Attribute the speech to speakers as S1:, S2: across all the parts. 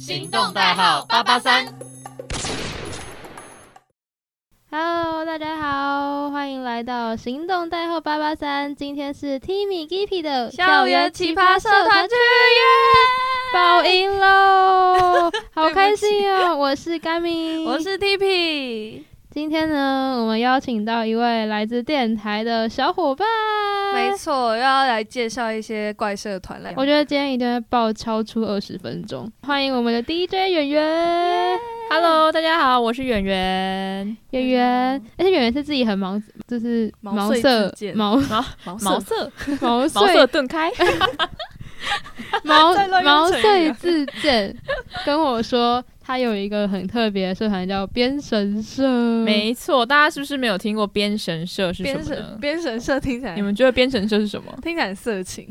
S1: 行动代号八八三。
S2: Hello，大家好，欢迎来到行动代号八八三。今天是 Timmy Gippy 的
S3: 剧，
S2: 报音喽， 好开心哦！我是 Gami，
S3: 我是 TP，
S2: 今天呢，我们邀请到一位来自电台的小伙伴，
S3: 没错，又要来介绍一些怪社团了。
S1: 哦
S2: 我觉得今天一定会爆超出二十分钟。欢迎我们的 DJ 圆圆。
S1: Hello，大家好，我是圆圆。
S2: 圆圆，而且圆圆是自己很毛，就是
S3: 嗯毛
S2: 毛
S3: 遂
S2: 色
S3: 自荐
S2: 毛
S1: 毛
S3: 毛
S1: 毛色
S2: 毛
S1: 毛
S2: 遂
S1: 色顿开，
S2: 毛
S3: 在乱用
S2: 毛
S3: 成语
S2: 遂
S3: 啊
S2: 自荐，跟我说他有一个很特别的社团叫编神社，
S1: 没错。大家是不是没有听过编神社是什
S3: 边
S1: 么呢
S3: 神？边神社听起来
S1: 你们觉得编神社是什么？
S3: 听起来很色情，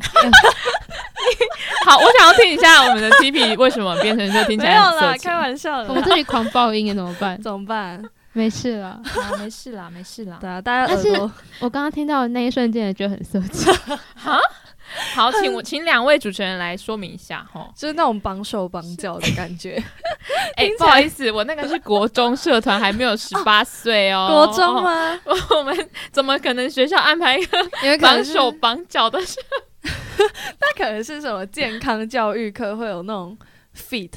S1: 好，我想要听一下我们的 TP 为什么编神社听起
S3: 没
S1: 来
S3: 有
S1: 很色
S3: 啦，
S1: 情
S3: 开玩笑的
S2: 我们
S3: 啦。？
S2: 这里狂爆音耶，怎么办
S3: 怎么办？
S2: 没事 了，
S1: 啊没事啦，没事啦
S3: 对。啊，大家
S2: 但
S3: 耳
S2: 是
S3: 朵
S2: 我刚刚听到的那一瞬间也觉得很色情。
S1: 好，请我请两位主持人来说明一下哈。
S3: 就是那种绑手绑脚的感觉。
S1: 哎、
S3: 听起
S1: 不
S3: 来
S1: 好意思，我那个是国中社团，还没有十 八岁哦。
S3: 国中吗？
S1: 我们怎么可能学校安排一个
S3: 有可
S1: 绑
S3: 能是
S1: 手，绑脚的事？
S3: 那可能是什么健康教育课会有那种 fit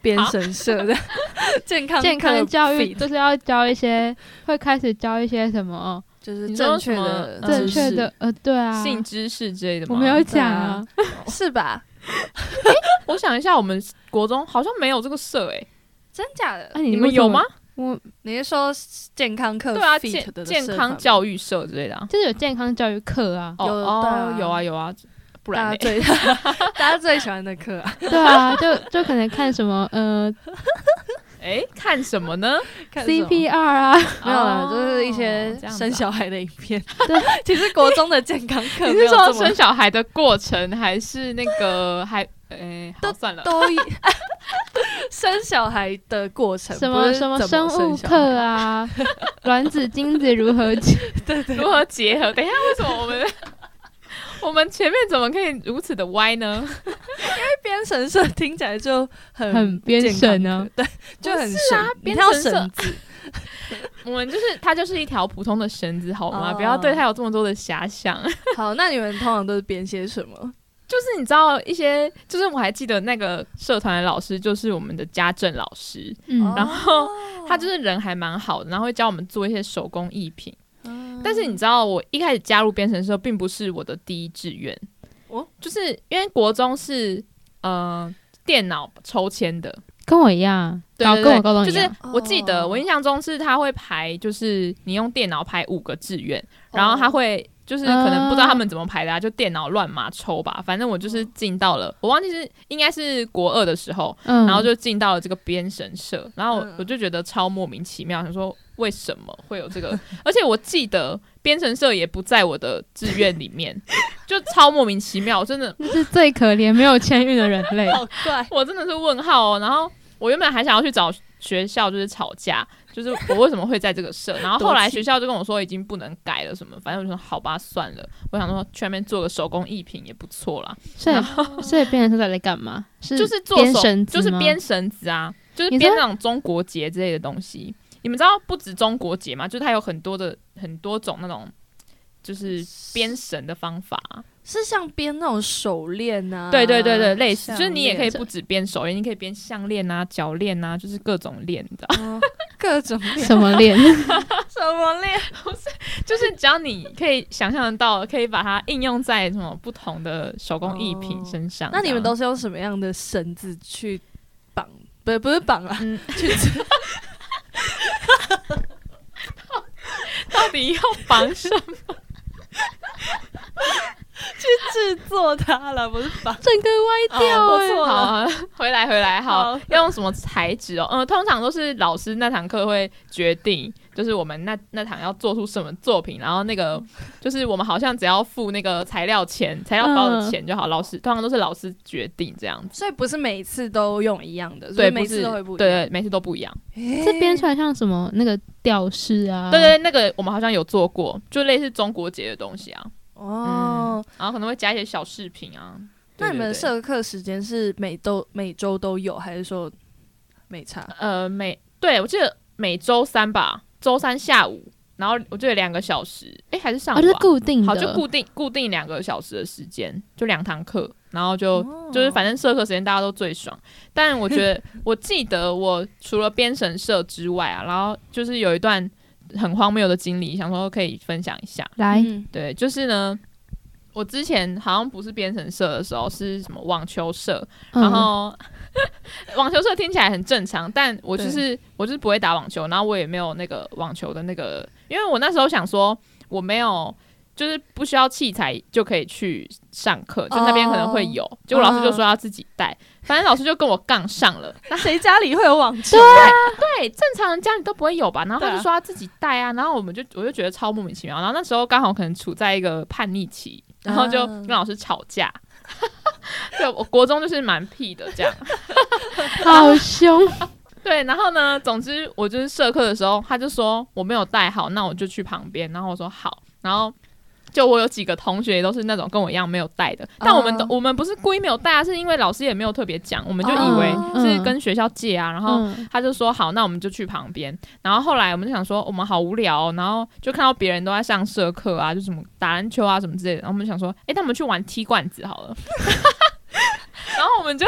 S3: 边神社
S1: 啊
S3: 的 健康
S2: 健康
S3: 课
S2: 教育
S3: feat
S2: 就是要教一些，会开始教一些什么哦
S3: 就是
S1: 你
S3: 正
S1: 说
S3: 确
S1: 什么
S3: 的
S1: 嗯
S2: 正
S3: 知
S2: 确
S3: 识
S2: 的，呃，对啊，
S1: 性知识之类的吗？
S2: 我没有
S3: 对
S2: 讲
S3: 啊
S2: 啊，
S1: 哦
S3: 是吧？
S1: 我想一下，我们国中好像没有这个社诶、
S3: 真假的
S2: 那？啊你
S1: 你们有吗？？
S2: 我
S3: 你是说健康课
S1: 对啊，
S3: 呃 fit
S1: 健
S3: 的
S1: 健
S3: 社团
S1: 康
S3: 吗
S1: 教育社之类的、啊。
S2: 就是有健康教育课啊，
S1: 哦
S3: 有对啊
S1: 哦，有啊有啊，不然
S3: 大
S1: 嘞
S3: 家 最 大家最喜欢的课啊，
S2: 对啊，就就可能看什么呃
S1: 哎、 看什么呢？
S3: 看什么
S2: CPR 啊，
S3: 没有啦，
S1: 哦
S3: 就是一些
S1: 这样子啊
S3: 生小孩的影 片。
S2: 对，
S3: 其实国中的健康课
S1: 你
S3: 没
S1: 是
S3: 有这
S1: 说
S3: 么
S1: 生小孩的过程，还是那个还？哎、好算了，
S3: 都一生小孩的过程，
S2: 什
S3: 不
S2: 么
S3: 是
S2: 什么
S3: 怎
S2: 生
S3: 生
S2: 物
S3: 小
S2: 课
S3: 孩，哎
S2: 啊， 卵子精子如何结
S3: 对对
S1: 如何结合？等一下，为什么我们 我们前面怎么可以如此的歪呢？
S3: 边神社听起来就很
S2: 很编
S3: 健康
S2: 神啊
S3: 课，对，就
S1: 不
S3: 很
S1: 是
S3: 神
S1: 啊，
S3: 你
S1: 边
S3: 看到
S1: 神社
S3: 绳子，
S1: 我们就是它就是一条普通的绳子，好吗？
S3: 哦
S1: 不要对它有这么多的遐想。
S3: 好，那你们通常都是编些什么？，
S1: 就是你知道一些，就是我还记得那个社团的老师就是我们的家政老师，
S2: 嗯，
S1: 然后他就是是人还蛮好的，然后会教我们做一些手工艺品。但
S3: 但
S1: 是你知道，我一开始加入编程社并不是我的第一志愿，
S3: 哦
S1: 就是因为国中是呃电脑抽签的，
S2: 跟我一样，
S1: 对
S2: 搞
S1: 对
S2: 跟
S1: 对哦
S2: 我高中
S1: 就
S2: 一
S1: 是
S2: 样，
S1: 我记得我印象中是他会排，就是你用电脑排五个志愿，然
S3: 哦
S1: 后他会就是可能不知道他们怎么排的、啊，就电脑乱码抽吧。反正我就是进到了，我忘记是应该是国二的时候，
S2: 嗯，
S1: 然后就进到了这个编神社，然后
S3: 嗯，
S1: 我我就觉得超莫名其妙，想说为什么会有这个？ 而且我记得编神社也不在我的志愿里面，就超莫名其妙，真的
S2: 那是最可怜没有签运的人类
S3: 好怪，
S1: 我真的是问号哦。然后我原本还想要去找学校，就是吵架， 就是我为什么会在这个社。然后后来学校就跟我说已经不能改了什么，反正我就说好吧，算了。我想说去那边做个手工艺品也不错啦，
S2: 所以所以变成是在来干嘛？是
S1: 就是做
S2: 编
S1: 手，
S2: 绳子
S1: 就是
S2: 吗
S1: 编绳子啊，就是
S2: 你
S1: 编
S2: 说
S1: 那种中国结之类的东西。你们知道不止中国结吗？就是它有很多的很多种那种。就是编绳的方法，
S2: 啊
S3: 是像编那种手链啊，
S1: 对对对对，类似，
S3: 项
S1: 就是你也可以
S3: 链
S1: 不止编手链，你可以编项链啊、脚链啊，就是各种链的。
S3: 哦各种链，
S2: 什么恋？
S3: 什么 链？
S1: 就是只要你可以想象得到，可以把它应用在什么不同的手工艺品身上。
S3: 那你们
S1: 这样
S3: 都是用什么样的绳子去绑？不，不是绑啊，
S1: 嗯
S3: 去 织
S1: 到底要绑 什么？
S3: 制作它了，不是绑。
S2: 整个歪
S3: 掉
S1: 哦
S3: 欸
S1: 我错了。好回来回来，好
S3: 好，
S1: 要用什么材质哦？嗯，通常都是老师那堂课会决定，就是我们那那堂要做出什么作品，然后那个就是我们好像只要付那个材料钱、材料包
S3: 嗯
S1: 的钱就好。老师通常都是老师决定这样子，
S3: 所以不是每一次都用一样的，所以
S1: 对，
S3: 每
S1: 不
S3: 次
S1: 是
S3: 都会不一
S1: 对
S3: 样。
S1: 对，每次都不一样。
S3: 对
S2: 这编出来像什么那个吊饰啊？
S1: 对对，那个我们好像有做过，就类似中国结的东西啊。
S3: 哦。
S1: 然后可能会加一些小饰品啊。
S3: 那你们
S1: 对对对
S3: 社课时间是每周每周都有，还是说没差。
S1: 呃，每对我记得每周三吧，周三下午，然后我记得两个小时，诶，还是上午、
S2: 哦，
S1: 啊
S2: 就是固定的，
S1: 好，就固定固定两个小时的时间，就两堂课，然后就、
S2: 哦
S3: 哦
S1: 就是反正社课时间大家都最爽。但我觉得， 我记得我除了编神社之外啊，然后就是有一段很荒谬的经历，想说可以分享一下。
S2: 来，
S3: 嗯
S1: 对，就是呢，我之前好像不是编程社的时候，是什么网球社，
S2: 嗯
S1: 然后、 网球社听起来很正常，但我就是我就是不会打网球，然后我也没有那个网球的那个，因为我那时候想说我没有。就是不需要器材就可以去上课，就那边可能会有。结果老师就说要自己带，反正老师就跟我杠上了。
S3: 谁家里会有网球？
S1: 对，正常人家里都不会有吧？然后他
S3: 对
S1: 就
S3: 啊
S1: 说他自己带啊，然后我们就我就觉得超莫名其妙。然后那时候刚好可能处在一个叛逆期，然后就
S3: 啊
S1: 跟老师吵架。 对，我国中就是蛮屁的这样。
S2: 好凶，
S1: 对，然后呢，总之我就是社课的时候，他就说我没有带好，那我就去旁边。然后我说好，然后就我有几个同学也都是那种跟我一样没有带的，但我们都、
S3: 嗯
S1: 我们不是故意没有带啊，是因为老师也没有特别讲，我们就以为
S3: 哦
S2: 嗯
S1: 是
S2: 嗯
S1: 跟学校借啊，然后。
S2: 嗯
S1: 他就说好，那我们就去旁边。然后后来我们就想说，我们好无聊、哦，然后就看到别人都在上社课啊，就什么打篮球啊什么之类的。然后我们想说，诶，那我们去玩踢罐子好了。 然后我们就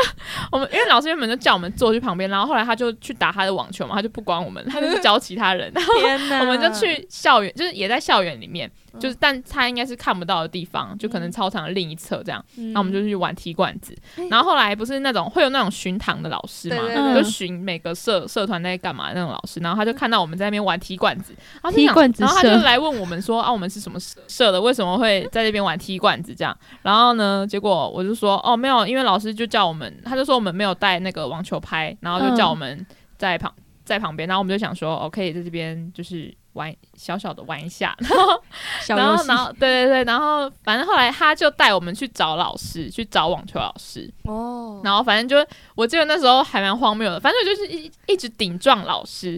S1: 我们因为老师原本就叫我们坐去旁边，然后后来他就去打他的网球嘛，他就不管我们，他 就是教其他人。然后
S3: 天 哪！
S1: 我们就去校园，就是也在校园里面，就是但他应该是看不到的地方，就可能操场的另一侧这样。
S3: 嗯，
S1: 然后我们就去玩踢罐子。然后后来不是那种会有那种巡堂的老师嘛，
S3: 对
S2: 对对
S1: 就巡每个社社团在干嘛那种老师，然后他就看到我们在那边玩踢罐子，然后就
S2: 踢
S1: 想
S2: 罐子
S1: 然后他
S2: 社
S1: 就来问我们说啊，我们是什么社社的，为什么会在这边玩踢罐子这样？然后呢，结果我就说哦没有，因为老师就叫我们，他就说我们没有带那个网球拍，然后就叫我们在旁。在旁边，然后我们就想说，哦，可以在这边就是玩小小的玩一下，然后
S3: 小
S1: 然
S3: 游
S1: 后，
S3: 戏
S1: 然后，对对对，然后反正后来他就带我们去找老师，去找网球老师。
S3: 哦，
S1: 然后反正就我记得那时候还蛮荒谬的，反正我就是一一直顶撞老 师，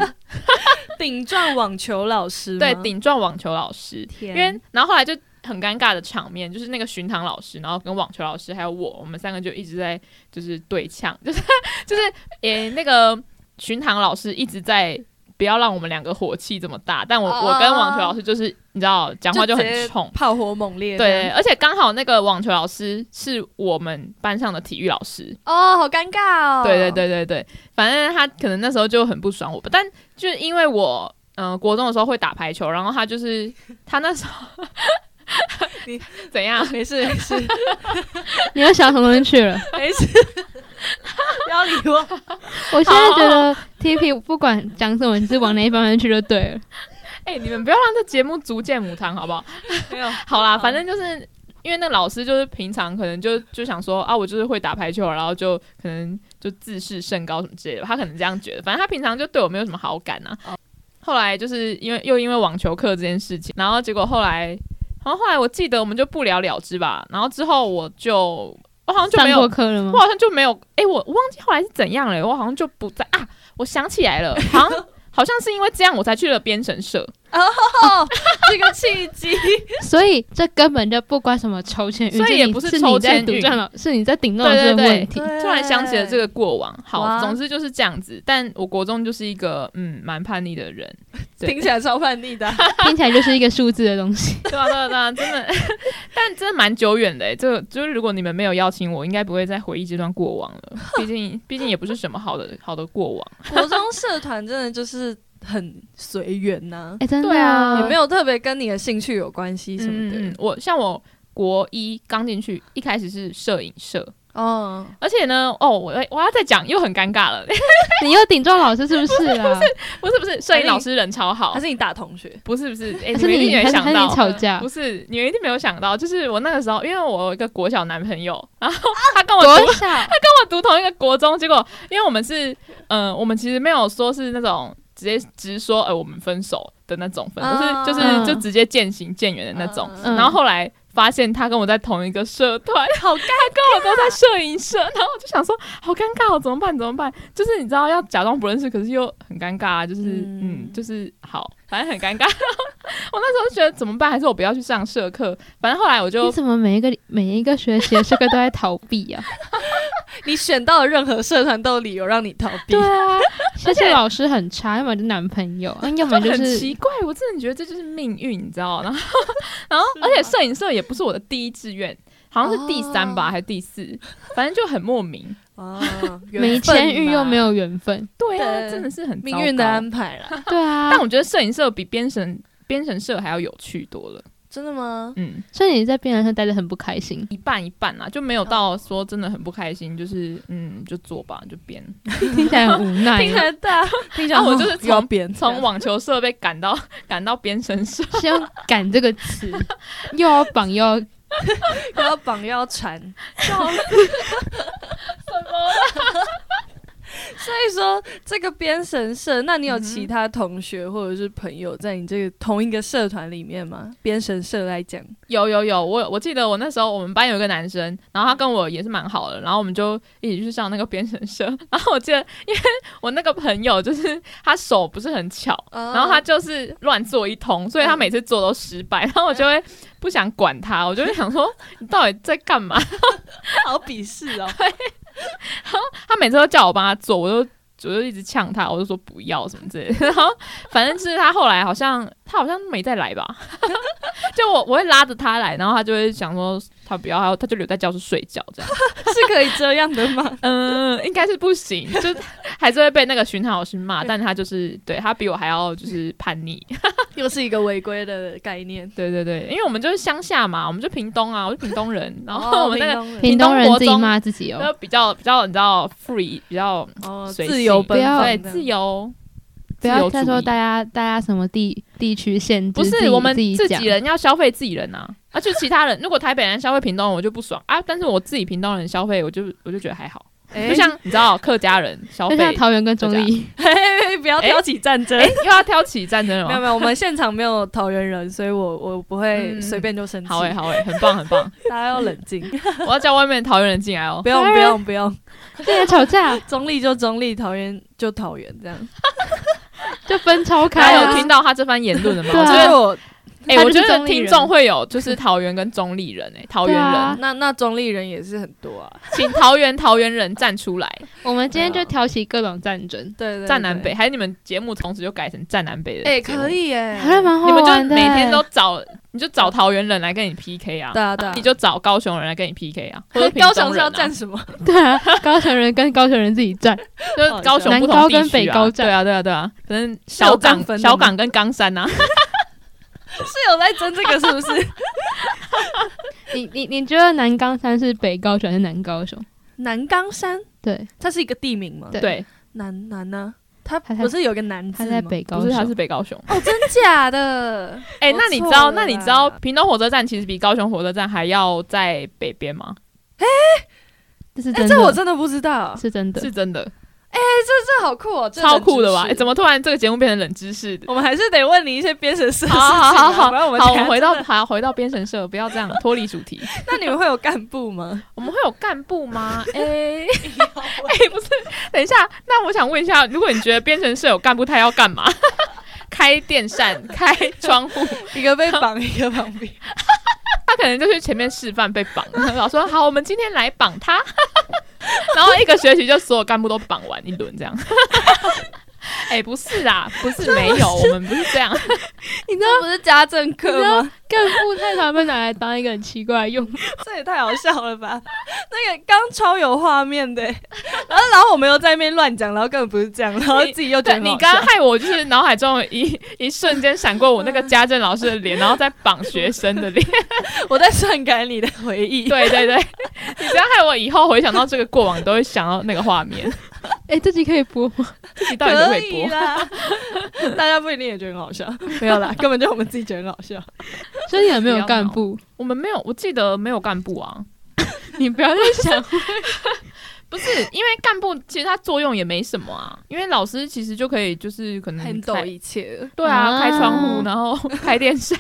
S3: 顶撞网球老师吗
S1: 对，顶撞网球老师。因
S3: 天
S1: 为然后后来就很尴尬的场面，就是那个巡堂老师，然后跟网球老师还有我，我们三个就一直在就是对呛， 就是就是诶、那个巡堂老师一直在。不要让我们两个火气这么大，但我、
S3: 哦
S1: 我跟网球老师就是你知道讲话就
S3: 就直
S1: 很
S3: 接
S1: 冲，
S3: 炮火猛烈，
S1: 对，，而且刚好那个网球老师是我们班上的体育老师，
S3: 哦，好尴尬哦，
S1: 对对，对对对，反正他可能那时候就很不爽我吧，但就是因为我，嗯、国中的时候会打排球，然后他就是 他那时候
S3: 你
S1: 怎 样？
S3: 没事没事
S2: 你又想什么东西去了？
S3: 没事，不要理我，
S2: 我现在觉得 T P 不管讲什么，你是往哪一方面去就对了。
S1: 哎、你们不要让这节目逐渐母汤好不好？
S3: 没有，
S1: 好啦，
S3: 好
S1: 反正就是因为那老师就是平常可能就就想说啊，我就是会打排球，然后就可能就自视甚高什么之类的，他可能这样觉得。反正他平常就对我没有什么好感啊。后来就是因为又因为网球课这件事情，然后结果后来，然后后来我记得我们就不了了之吧。然后之后我就我好像就没
S2: 上
S1: 有
S2: 过课了吗
S1: 我？好像就没有，诶，我我忘记后来是怎样了，我好像就不在啊，我想起来了，好像好像是因为这样我才去了编程社，
S3: 哦，这个契 机，
S2: 所以这根本就不关什么抽签运，
S1: 所以也不
S2: 是
S1: 是
S2: 你
S1: 抽
S2: 在
S1: 签运
S2: 顶撞老，是你在顶撞老师的
S1: 对对对
S2: 问题。
S1: 突然想起了这
S3: 个，
S1: 个过往。好，
S3: 哇
S1: 总之就是这样子。但我国中就是一个嗯蛮叛逆的人，对
S3: 听起来超叛逆的，
S2: 听起来就是一个数字的东西。
S1: 对啊对啊对啊，真的， 但真的蛮久远的诶。这个就是如果你们没有邀请我，应该不会再回忆这段过往了。毕竟毕竟也不是什么好的好的过往。
S3: 国中社团真的就是很随缘呐
S2: 哎、。真的
S1: 对啊
S3: 也没有特别跟你的兴趣有关系什么
S1: 嗯
S3: 的
S1: 嗯，我像我国一刚进去，一开始是摄影社，
S3: 哦，
S1: 而且呢，哦，我我要再讲又很尴尬了，
S2: 你又顶撞老师是不是啊？
S1: 不是不是，摄影老师人超好
S3: 还，是你打同学
S1: 不是不 是，哎、
S2: 还
S1: 你
S2: 是
S1: 们一定
S2: 你
S1: 也
S2: 还是
S1: 想
S2: 还是
S1: 到
S2: 你。吵架
S1: 不？是，你们一定没有想到，就是我那个时候，因为我有一个国小男朋友，然后他跟我读，
S2: 啊国小
S1: 他跟我读同一个国中，结果因为我们是，嗯、我们其实没有说是那种直接直说，呃，我们分手的那种分手，
S3: 嗯
S1: 是就是、
S2: 嗯
S1: 就直接渐行渐远的那种。
S2: 嗯
S1: 然后后来发现他跟我在同一个社团， 好尴尬，他跟我都在摄影社，然后我就想说，好尴尬哦，怎么办？怎么办？就是你知道要假装不认识，可是又很尴尬啊，就是嗯
S3: 嗯
S1: 就是好，反正很尴尬。 然后我那时候就觉得怎么办？还是我不要去上社课？反正后来我
S2: 你
S1: 就
S2: 怎么每一个每一个学期的这个都在逃避啊？
S3: 你选到的任何社团都有理由让你逃避
S2: 对。啊，而且老师很差，要么就男朋友，嗯要么
S1: 就很
S2: 是
S1: 奇怪，我真的觉得这就是命运，你知道？然后， 然后，而且摄影社也不是我的第一志愿，好像是第三吧，
S3: 哦
S1: 还是第四，反正就很莫名。
S3: 哦，
S2: 没
S3: 缘分
S2: 签遇
S3: 嘛
S2: 又没有缘分。
S1: 对啊，
S3: 对
S1: 真的是很
S3: 命运的
S1: 糟糕。
S3: 安排啦。
S2: 对啊
S1: 但，我觉得摄影社比编程编程社还要有趣多了。
S3: 真的吗？
S1: 嗯，
S2: 所以你在边缘上待得很不开心。
S1: 一半一半啊啦，就没有到说真的很不开心，就是嗯，就做吧，就编。
S2: 听起来很无奈
S3: 听起，来 大，听起来
S1: 啊我就是从
S3: 要扁
S1: 从网球社被赶到赶到编程社，
S2: 先用“赶”这个词，又要绑又要
S3: 又要绑又要缠，
S1: 什么？
S3: 所以说这个编神社，那你有其他同学或者是朋友在你这个同一个社团里面吗？编神社来讲，
S1: 有有有，我有我记得我那时候我们班有一个男生，然后他跟我也是蛮好的，然后我们就一起去上那个编程社。然后我记得，因为我那个朋友就是他手不是很巧， 然
S3: 然
S1: 哦后他就是乱做一通，所以他每次做都失败，然后我就会不想管他，我就会想说你到底在干嘛？
S3: 好鄙视哦，
S1: 他每次都叫我帮他做，我就我就一直呛他，我就说不要什么之类的。然 后反正就是他后来好像他好像没再来吧， 就我我会拉着他来，然后他就会想说他不要，他他就留在教室睡觉这样。
S3: 是可以这样的吗？
S1: 嗯，应该是不行，就还是会被那个巡堂老师骂，但他就是对他比我还要就是叛逆。
S3: 又是一个违规的概念。
S1: 对对对，因为我们就是乡下嘛，我们就屏东啊，我是屏东人，然
S3: 哦
S1: 后我们那个
S3: 屏
S2: 屏
S1: 屏
S2: 东
S1: 东
S2: 人
S1: 国
S2: 自己
S1: 中呃
S2: 骂自己
S1: 那
S2: 哦。
S1: 比较比较你知道 free 比较
S3: 东哦，
S1: 随
S3: 自
S1: 性
S3: 由奔
S2: 不要
S3: 放
S1: 对
S3: 这样
S1: 自由，
S2: 不
S1: 自
S2: 要
S1: 由
S2: 再
S1: 主
S2: 说
S1: 义
S2: 大家大家什么地地区限制，
S1: 不
S2: 自己
S1: 是我们
S2: 自己
S1: 自
S2: 讲
S1: 己人要消费自己人啊，啊就其他人，如果台北人消费屏东人，我就不爽啊，但是我自己屏东人消费，我就我就觉得还好，
S3: 哎
S1: 就像你知道客家人消
S2: 就
S1: 费，
S2: 像桃园跟中
S1: 就这
S2: 立，
S3: 嘿嘿嘿 不要挑起战争。
S1: 哎又要挑起战争了
S3: 没
S1: 吗？
S3: 有没有，我们现场没有桃园人，所以我我不会
S1: 嗯
S3: 随便就生气。
S1: 好哎、好哎、很棒很棒，
S3: 大家要冷 静，
S1: 我要叫外面的桃园人进来哦
S3: 不。用不用不用，
S2: 现在吵架
S3: 中立就中立，桃园就桃园这样。
S2: 就分超
S1: 大
S2: 开
S1: 家有
S2: 啊
S1: 听。到他这番言论了吗？
S2: 对
S1: 我觉
S2: 啊
S3: 所以
S1: 得，
S3: 我
S1: 哎、
S2: 他
S1: 我
S2: 就是
S1: 觉得
S2: 中立
S1: 听
S2: 人
S1: 众会有就是桃园跟中立人哎、桃园
S2: 对
S1: 人，
S2: 啊
S3: 那那中立人也是很多啊，
S1: 请桃园桃园人站出来，
S2: 我们今天
S3: 对
S2: 就
S3: 啊
S2: 挑起各种战争，
S3: 对对对
S1: 站南北，。还是你们节目从此就改成站南北的？
S3: 哎、可，以 哎、
S2: 还蛮好
S1: 你们
S2: 玩
S1: 就
S2: 的。
S1: 每天都找，你就找桃园人来跟你 PK 啊
S3: 对，啊对啊，
S1: 你就找高雄人来跟你 PK 啊，或者屏
S3: 高
S1: 东
S3: 雄是
S1: 人啊
S3: 要站，什么？
S2: 对啊，高雄人跟高雄人自己战，
S3: 哦
S1: 就是高雄不
S2: 南高
S1: 同地区啊
S2: 跟北高站
S1: 对啊对啊对啊，可能
S3: 是有
S1: 小
S3: 这样
S1: 港
S3: 分的吗
S1: 小港跟冈山 啊，
S3: 是有在争这个是不是？
S2: 你你你觉得南冈山是北高雄还是南高雄？
S3: 南冈山，
S2: 对，
S3: 它是一个地名吗？
S2: 对
S1: 对，
S3: 南南呢、它
S2: 它在
S3: 不是有个南字
S2: 他
S3: 吗？
S2: 在北高
S1: 不是他
S2: 雄
S1: 是，北高雄。
S3: 哦，真假 的？
S1: 哎，
S3: 我
S1: 那你知
S3: 错了
S1: 道那你知道屏东火车站其实比高雄火车站还要在北边吗？
S2: 这是
S3: 哎、
S2: 真
S3: 这我
S2: 的，
S3: 真的不知道，
S2: 是真的
S1: 是。真的，
S3: 这好酷哦，这
S1: 超酷的吧？
S3: 冷知
S1: 哎
S3: 识
S1: 怎么突然这个节目变成冷知识的？
S3: 我们还是得问你一些编程社的事情、
S1: 好
S3: 啊。
S1: 好好好，
S3: 不然我们
S1: 好，
S3: 等
S1: 我
S3: 下
S1: 们回到 好回到编程社，不要这样脱离主题。
S3: 那你们会有干部吗？
S1: 我们会有干部吗？哎、哎、不是，等一下，那我想问一下，如果你觉得编程社有干部，他要干嘛？ 开电扇、 开窗户，
S3: 一个被绑，一个绑兵。
S1: 他可能就去前面示范被绑，老师说好，我们今天来绑他， 然后一个学期就所有干部都绑完一轮这样。 哎、不是啦，不是没 有，我们不是这样。
S3: 你知道不是家政课吗？
S2: 干部太常被拿来当一个很奇怪的用法，
S3: 这也太好笑了吧！ 那个刚超有画面的、欸然后然后我们又在那边乱讲，然后根本不是这样，然后自己又觉
S1: 对
S3: 得
S1: 你
S3: 很好
S1: 刚
S3: 笑
S1: 刚害我，就是脑海中一一瞬间闪过我那个家政老师的脸，然后再绑学生的脸。
S3: 我在篡改你的回忆。
S1: 对对对， 你这样害我以后回想到这个过往，都会想到那个画面。
S2: 哎，这集可以播吗？
S1: 自己到底都
S3: 可
S1: 可以
S3: 以
S1: 播，
S3: 啦， 大家不一定也觉得很好笑，没有啦，根本就我们自己觉得很好笑。
S2: 所以你们没有干部，
S1: 我们没有，我记得没有干部啊。
S2: 你不要再想，
S1: 不是，因为干部其实它作用也没什么啊，因为老师其实就可以就是可能开
S3: 一切，
S1: 对啊，
S2: 啊
S1: 开窗户，然后 开电扇，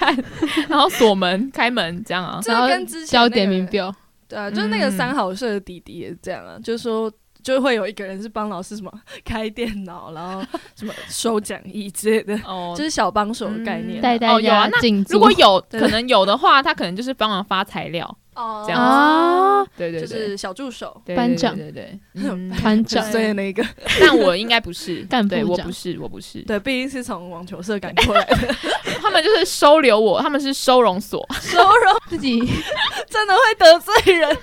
S1: 然后锁门、开门这样啊。
S3: 这
S2: 然后
S3: 个跟之前
S2: 交
S3: 那个
S2: 点名表，
S3: 对啊，就是那个
S1: 嗯
S3: 三好社的弟弟也是这样啊，就是说。就会有一个人是帮老师什么开电脑，然后什么收讲义之类的，
S1: 哦
S3: 就是小帮手的概念啊。
S1: 嗯
S2: 带
S1: 哦
S2: 大
S1: 有啊
S2: 家
S1: 那
S2: 进组
S1: 如果有
S3: 对
S1: 可能有的话，他可能就是帮忙发材料，
S3: 哦
S1: 这样子
S2: 啊，
S1: 对对
S3: 就
S1: 对，
S3: 是小助 手，
S1: 对对
S2: 班
S1: 对
S2: 长
S1: 对对 对，嗯
S2: 团长
S1: 对
S3: 所以那个，
S1: 但我应该不是
S2: 干部
S1: 对我
S2: 长
S1: 不是，我不是。
S3: 对，毕竟是从网球社赶过来 的，
S1: 他们就是收留我，他们是收容所，
S3: 收容
S2: 自己
S3: 真的会得罪人。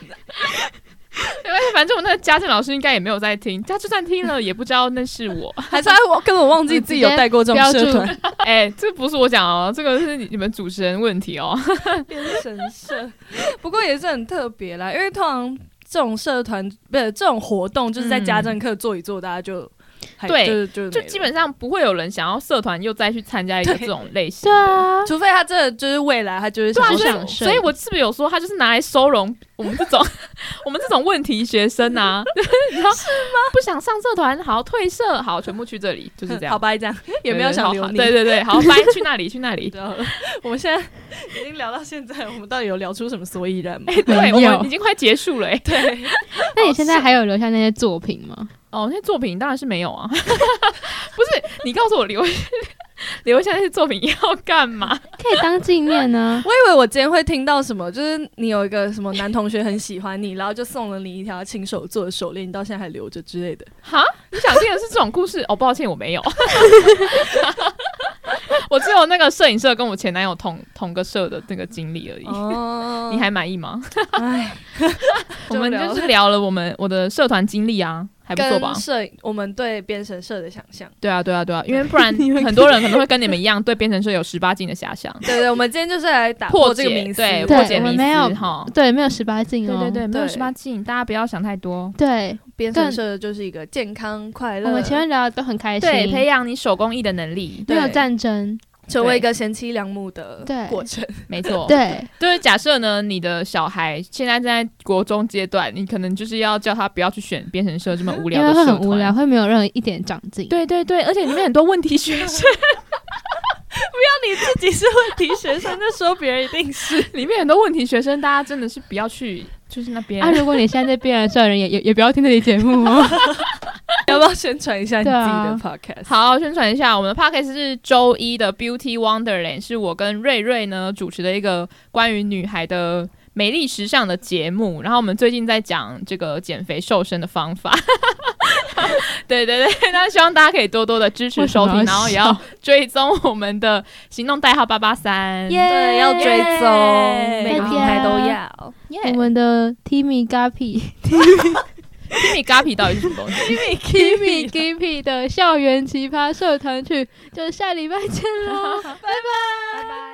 S1: 因为反正我那个家政老师应该也没有在听，他就算听了也不知道那是我。
S3: 还是我根本忘记自己有带过这种社团，
S1: 哎、这不是我讲哦，这个是你你们主持人问题哦。
S3: 变神社。不过也是很特别啦，因为通常这种社团不是这种活动，就是在家政课做一做，大家就还
S1: 对
S3: 就就
S1: 就
S3: 没了
S1: 基本上不会有人想要社团又再去参加一个
S3: 对
S1: 这种类型
S2: 对
S1: 的。
S2: 啊，
S3: 除非他真的就是未来，他就是
S1: 对啊，
S3: 要
S1: 所
S2: 想
S1: 以
S2: 睡
S1: 所以我是不是有说他就是拿来收容我们这种 我们这种问题学生啊？ 你知道是吗？不想上社团，好退社，好全部去这里，就是这样
S3: 好。吧，这样也没有
S1: 对对
S3: 想
S1: 好
S3: 留
S1: 好
S3: 你。
S1: 对对对，好，拜，去那里，去那里。
S3: 知道了。我们现在已经聊到现在，我们到底有聊出什么所以 然吗？。
S1: 对，我
S2: 没有
S1: 们已经快结束了、欸。对，
S2: 那你现在还有留下那些作品吗？
S1: 哦，那些作品当然是没有啊。 不是，你告诉我留 留下那些作品要干嘛？
S2: 可以当纪念呢
S3: 我以为我今天会听到什么，就是你有一个什么男同学很喜欢你，然后就送了你一条亲手做的手链，你到现在还留着之类的。
S1: 哈，你想听的是这种故事？哦，抱歉，我没有。 我只有那个摄影社跟我前男友同同个社的那个经历而已。
S3: 哦
S1: 你还满意吗？
S3: 哎，
S1: 我们
S3: 聊
S1: 就是聊了我们我的社团经历啊，还不错吧
S3: 跟？摄影，我们对编神社的想象。
S1: 对啊，对啊， 对啊，因为不然
S3: 你们
S1: 很多人可能会跟你们一样对编程社有十八禁的遐想，
S3: 对对，我们今天就是来 打
S1: 破
S3: 这个
S1: 解
S3: 名词。
S1: 对
S2: 对
S1: 破解
S2: 我们
S1: 迷
S2: 没有
S1: 思哈。
S2: 对，没有十八禁
S1: 对
S2: 哦。
S1: 对对，没有
S3: 对
S1: 十八禁，大家不要想太多。
S2: 对，呃
S3: 编神社就是一个健康快乐，
S2: 我们前面聊的都很开心，
S1: 对，培养你手工艺的能力，
S2: 没有
S3: 对
S2: 战争，
S3: 成为一个贤妻良母的
S2: 对
S3: 过程。
S1: 没错。，
S2: 对，
S1: 就是假设呢，你的小孩现在在国中阶段，你可能就是要叫他不要去选编程社这么无
S2: 因
S1: 聊
S2: 为
S1: 的
S2: 会
S1: 社
S2: 很
S1: 团。
S2: 无聊，。会没有任何一点长进。
S1: 对对对，而且里面很多问题学生，
S3: 你自己是问题学生，就说别人一定是。
S1: 里面很多问题学生，大家真的是不要去，就是那边。
S2: 啊，如果你现在在边缘社的人，也也也不要听这期节目 哦。
S3: 要不要宣传一下你自己
S2: 对啊
S3: 的 podcast？、
S1: 好，宣传一下，我们的 podcast 是周一的 Beauty Wonderland，是我跟瑞瑞呢主持的一个关于女孩的美丽时尚的节目。然后我们最近在讲这个减肥瘦身的方法。 对对对，那希望大家可以多多的支持收听，
S2: 为什么要
S1: 然后也要追踪我们的行动代号八八三。
S2: 耶
S3: 对，要追踪，
S1: 耶
S3: 每个
S2: 大家
S3: 平台都 要。
S1: 耶
S2: 我们的 Timmy Gapi
S1: Kimi Gapi 到底是什么东西？
S2: Kimi Gapi 的校园奇葩社团去，就下礼拜见喽。
S3: 拜拜。